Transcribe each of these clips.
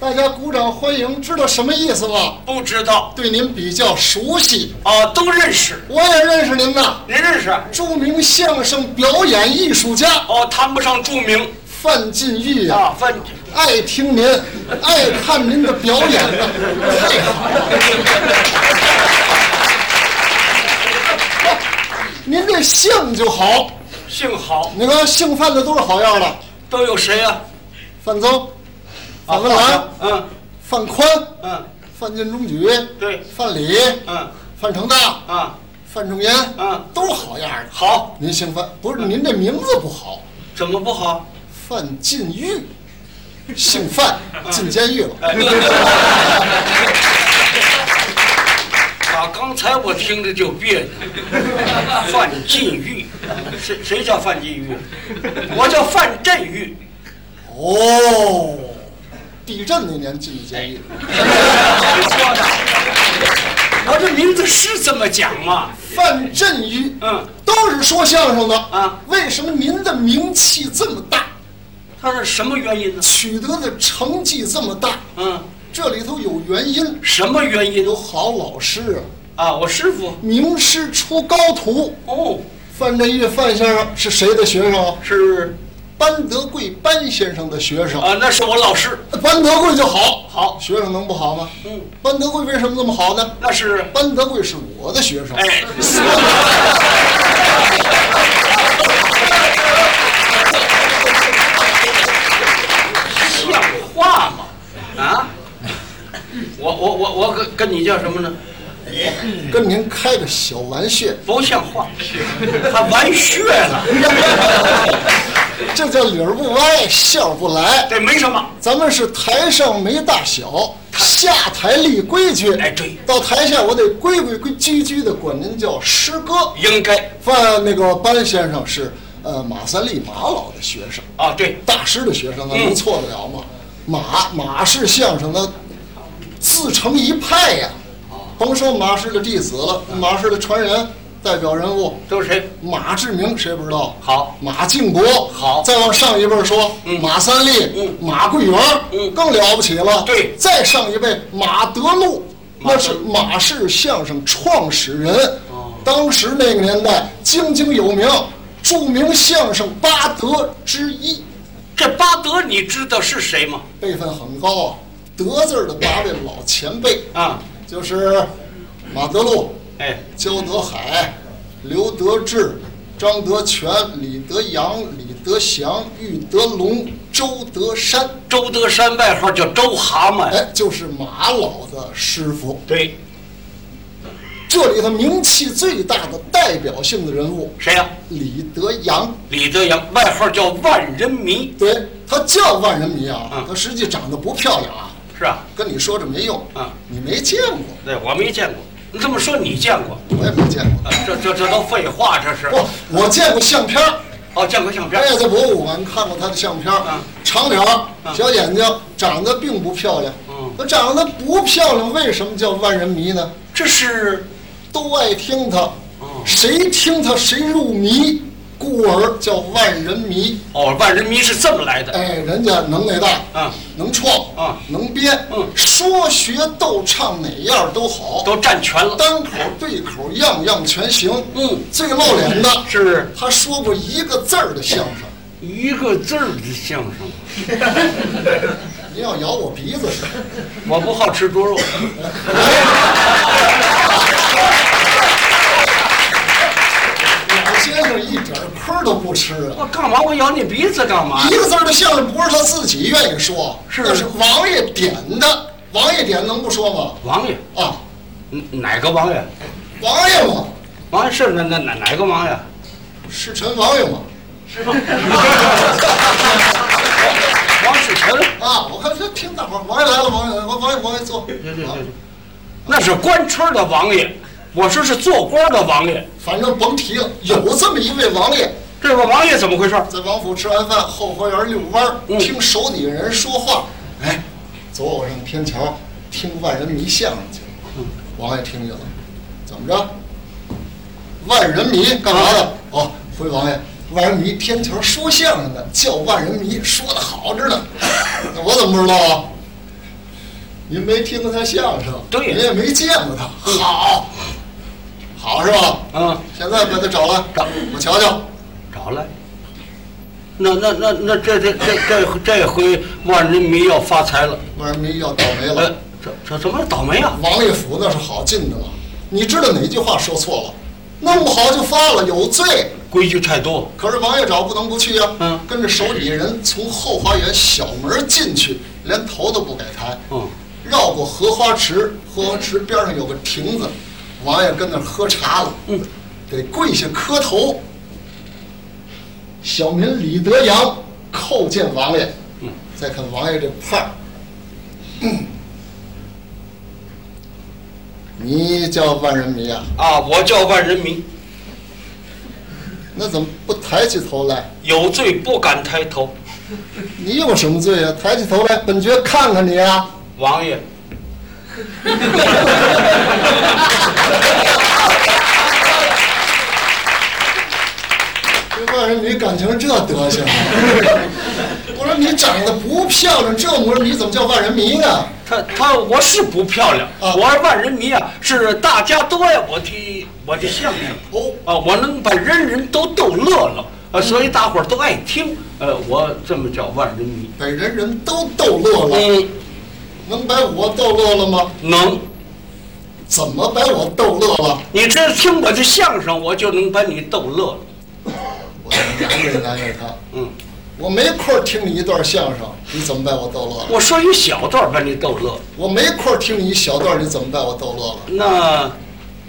大家鼓掌欢迎，知道什么意思了？不知道对您比较熟悉，哦，都认识，我也认识您呐，您认识？啊著名相声表演艺术家哦，谈不上著名范进玉呀、啊，范，爱听您，爱看您的表演呢，太好了。您这姓就好，幸好你看姓范的都是好样的，都有谁呀、范增、啊范文澜、嗯范宽、嗯，范进中举、对，范蠡、嗯范成大、啊，范仲淹，嗯都是好样的。好，您姓范，不是您这名字不好，怎么不好？ 范进狱，姓范嗯进监狱了。哎啊，刚才我听着就别扭。范进玉，谁谁叫范进玉？我叫范振玉。哦，地震那年进监狱，哎谁说的？我这名字是这么讲吗？范振玉，嗯，都是说相声的啊。为什么您的名气这么大，他是什么原因呢？取得的成绩这么大？嗯，这里头有原因，什么原因有好老师啊，啊？我师傅名师出高徒。哦，范振玉范先生是谁的学生啊？是班德贵班先生的学生。啊，那是我老师。班德贵就好，好学生能不好吗？嗯，班德贵为什么这么好呢？那是班德贵是我的学生，哎，像话吗？啊？我我我我跟跟你叫什么呢？跟您开个小玩笑， 不像话，还玩血了， 这叫理儿不歪，笑不来。这没什么。咱们是台上没大小，下台立规矩。哎对到台下我得规规规矩矩的管您叫师哥。应该范那个班先生是呃马三立马老的学生，啊，对，大师的学生啊，嗯能错得了吗？马马氏相声的自成一派呀、甭说马氏的弟子了，嗯马氏的传人、代表人物都是谁？马志明谁不知道？好马敬国好再往上一辈儿说，嗯马三立，嗯马桂元，嗯更了不起了。对再上一辈马德禄，马德禄那是马氏相声创始人。哦当时那个年代津津有名，著名相声八德之一，这巴德你知道是谁吗？辈分很高啊。德字儿的八位老前辈，啊，就是马德禄、哎，焦德海、刘德志、张德全、李德阳、李德祥、玉德龙、周德山，周德山外号叫周蛤蟆呀。哎，就是马老的师傅。对，这里头名气最大的代表性的人物，谁呀、李德阳，李德阳，外号叫万人迷，对他叫万人迷啊嗯，他实际长得不漂亮啊，是吧？跟你说这没用嗯，你没见过，对，我没见过。你这么说，你见过？我也没见过。啊、这这这都废话，这是。不，我见过相片儿。哦，见过相片他。哎也在博物馆看过他的相片儿嗯，长脸儿，小眼睛，长得并不漂亮啊嗯。那长得不漂亮，为什么叫万人迷呢？这是都爱听他哦，谁听他谁入迷，故而叫万人迷。哦，万人迷是这么来的。哎，人家能耐大，嗯，能创，嗯能编，嗯说学逗唱哪样儿都好，都占全了。单口对口样样全行。嗯最露脸的是他说过一个字儿的相声。一个字儿的相声。您要咬我鼻子是？我不好吃猪肉。老先生一点亏都不吃啊！我干嘛？我咬你鼻子干嘛一？个字儿的相声不是他自己愿意说，是那是王爷点的。王爷点能不说吗？王爷，啊，嗯哪个王爷？王爷嘛，王爷是那那哪哪个王爷？是陈王爷嘛。王世臣，啊，我看这听大伙儿，王爷来了，王爷来了，王爷王爷坐。啊那是官村的王爷。我说是做官的王爷。反正甭提了，有这么一位王爷，这个王爷怎么回事？在王府吃完饭，后花园遛弯儿，嗯听手底下人说话。哎，走，我上天桥听万人迷相声去嗯了。王爷听见了，怎么着？万人迷干嘛的？哦，回王爷，万人迷天桥说相声的叫万人迷，说的好着呢。那我怎么不知道啊？您没听过他相声，对嗯您也没见过他，好，好是吧？啊，现在把他找来，找我瞧瞧。找来。那那那那这这这这这回万人迷要发财了，万人迷要倒霉呃了，，这这怎么倒霉啊？王立甫那是好进的了。你知道哪句话说错了？弄不好就发了，有罪。规矩太多，可是王爷找不能不去呀、嗯跟着手底下人从后花园小门进去，连头都不给抬，嗯，绕过荷花池，荷花池边上有个亭子，王爷跟那儿喝茶了，嗯，得跪下磕头。小民李德阳叩见王爷，嗯，再看王爷这判儿，嗯，你叫万人迷啊？啊，我叫万人迷，那怎么不抬起头来？有罪不敢抬头。你有什么罪啊？抬起头来，本爵看看你啊！王爷，这万人迷感情这德行啊、我说你长得不漂亮这模样，你怎么叫万人迷呢？他他我是不漂亮，啊我是万人迷啊，是大家都爱我的我的相声哦啊，我能把人人都逗乐了啊，所以大伙儿都爱听，呃，我这么叫万人迷。把人人都逗乐了，嗯，能把我逗乐了吗？能，怎么把我逗乐了？你这听我的相声，我就能把你逗乐了。我难为难为他，嗯，我没空听你一段相声，你怎么把我逗乐了？我说一小段把你逗乐了，我没空听你一小段，你怎么把我逗乐了？那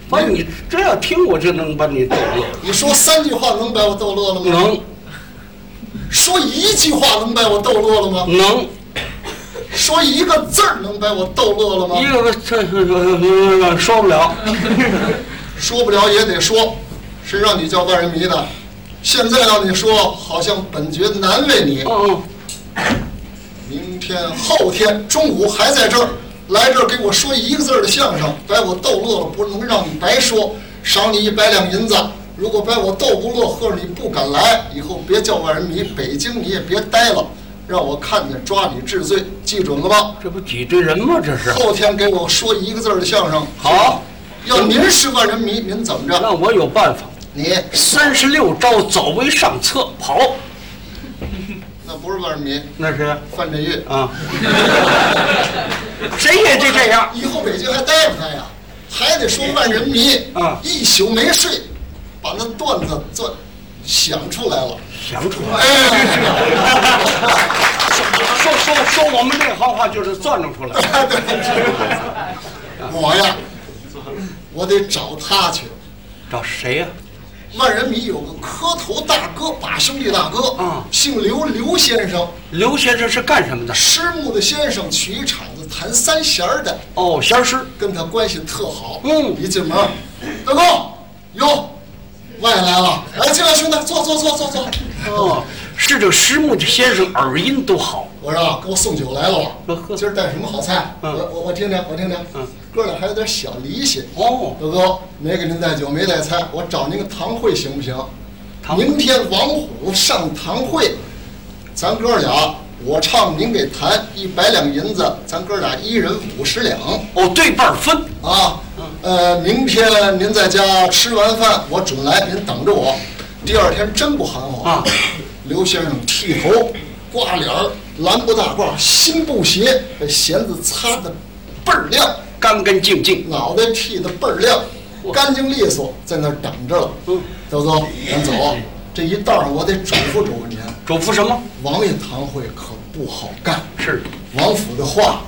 把你这要听我就能把你逗乐了。你说三句话能把我逗乐了吗？能说一句话能把我逗乐了吗？能，说一个字儿能把我逗乐了一吗？个这这这说不了。 说不了也得说，谁让你叫万人迷的？现在让你说，好像本爵难为你。嗯嗯。明天、后天中午还在这儿，来这儿给我说一个字儿的相声，把我逗乐了，不能让你白说，赏你一百两银子。如果把我逗不乐呵，你不敢来，以后别叫万人迷，北京你也别待了，让我看见抓你治罪，记准了吧？这不挤兑人吗？这是。后天给我说一个字儿的相声，好，要您是万人迷，您怎么着？那我有办法。你三十六招，走为上策，跑。那不是万人迷，那是范振钰。啊， 谁也得这样。以后北京还待着他呀，还得说万人迷啊一宿没睡，把那段子做想出来了。想出来。 哎，说说说我们这行话就是钻弄出来。我呀，我得找他去。找谁呀、万人迷有个磕头大哥，把兄弟大哥，啊姓刘，刘先生，刘先生是干什么的？师母的先生，曲艺场子弹三弦儿的。哦，弦师。跟他关系特好。嗯一进门，大哥，哟，外爷来了，来进来，兄弟，坐坐坐坐坐。哦，是这石木的先生耳音都好。我说啊，给我送酒来 了呵呵今儿带什么好菜？嗯我我我听听，我听听。嗯，哥俩还有点小离心。哦，大哥，没给您带酒，没带菜，我找您个堂会行不行？堂明天王虎上堂会，咱哥俩我唱您给弹，一百两银子，咱哥俩一人五十两。哦，对半分。啊，呃，明天您在家吃完饭，我准来，您等着我。第二天真不喊我啊！刘先生剃头、刮脸儿、蓝布大褂、新布鞋，把弦子擦得倍儿亮，干干净净。脑袋剃得倍儿亮，干净利索，在那儿等着了。嗯，德哥，咱走啊。这一道上我得嘱咐嘱咐您，嘱咐什么？王爷堂会可不好干。是王府的话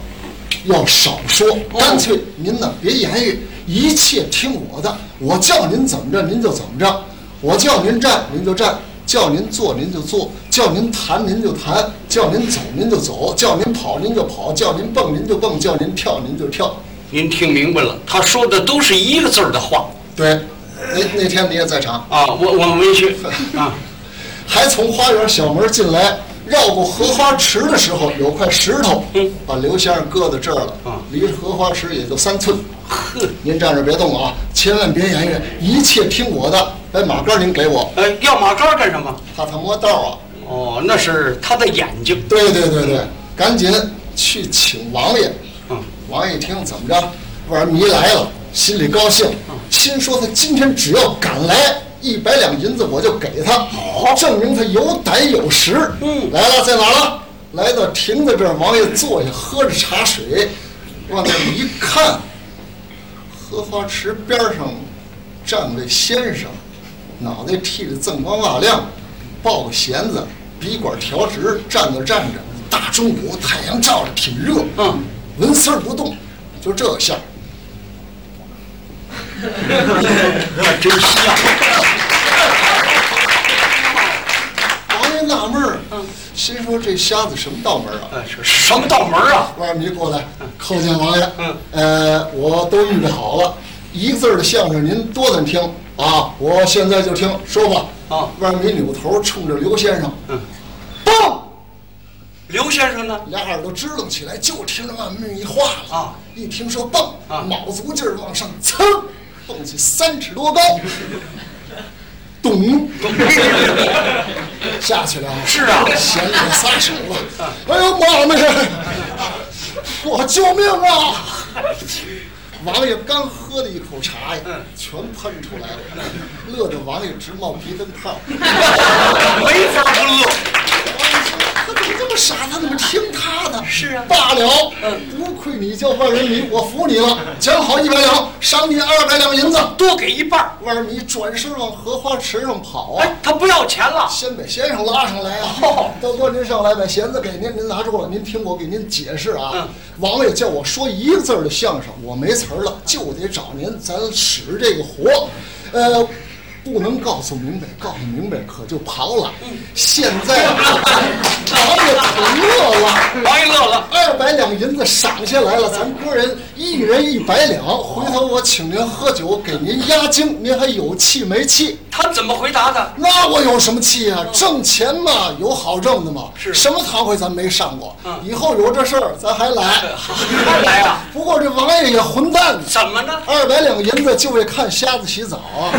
要少说，干脆您呢别言语，一切听我的，我叫您怎么着您就怎么着，我叫您站您就站，叫您坐您就坐，叫您弹您就弹，叫您走您就走，叫您跑您就跑，叫您蹦您就蹦，叫您跳您就跳。您听明白了，他说的都是一个字儿的话对，那那天你也在场，啊！我我没去啊，还从花园小门进来，绕过荷花池的时候，有块石 头嗯，把刘先生搁到这儿了啊，离荷花池也就三寸。 呵，您站着别动啊，千万别言语，一切听我的。把马杆您给我，呃，要马杆干什么？怕他摸道啊。哦，那是他的眼睛。对对对对，赶紧去请王爷。嗯，王爷一听怎么着，万人迷来了，心里高兴，嗯心说他今天只要敢来，一百两银子我就给他，好证明他有胆有识。嗯来了，在哪儿了？来到亭子这儿，王爷坐下喝着茶水，往那儿一看，荷花池边儿上站位先生，脑袋剃得锃光瓦亮，抱个弦子，笔管调直，站着站着，大中午太阳照着挺热，嗯，纹丝儿不动，就这相儿。还真啊像。王爷纳闷儿，啊嗯心说这瞎子什么道门啊？啊，是什么道门啊？万迷过来叩见王爷。嗯呃，我都预备好了，一个字儿的相声您多咱听啊！我现在就听，说吧。啊万迷扭头冲着刘先生，嗯，报。刘先生呢？俩耳朵支棱起来，就听着万命一话了啊！一听说蹦，啊卯足劲儿往上噌，蹦起三尺多高， 咚，下去了。是啊闲着撒手啊！哎呦妈咪，我救命 啊！王爷刚喝了一口茶呀，嗯全喷出来了，乐得王爷直冒鼻灯泡。没法不乐。他怎么这么傻？他怎么听他的？是啊罢了，不愧你叫万人迷，我服你了。讲好一百两，赏你二百两银子。多给一半儿，万人迷转身往荷花池上跑啊哎，，他不要钱了。先把先生拉上来啊哦！都说您上来把弦子给您，您拿住了，您听我给您解释啊嗯。王爷叫我说一个字儿的相声，我没词儿了，就得找您，咱使这个活，呃。不能告诉明白，告诉明白可就跑了。嗯现在王爷可乐了，王一乐了，二百两银子赏下来了，咱哥人一人一百两。回头我请您喝酒，给您压惊，您还有气没气？他怎么回答的？那我有什么气呀、挣钱嘛，有好挣的嘛。嗯是什么堂会咱没上过，嗯以后有这事儿咱还 来。看来啊，不过这王爷也混蛋，怎么呢？ 二百两银子就为看瞎子洗澡啊。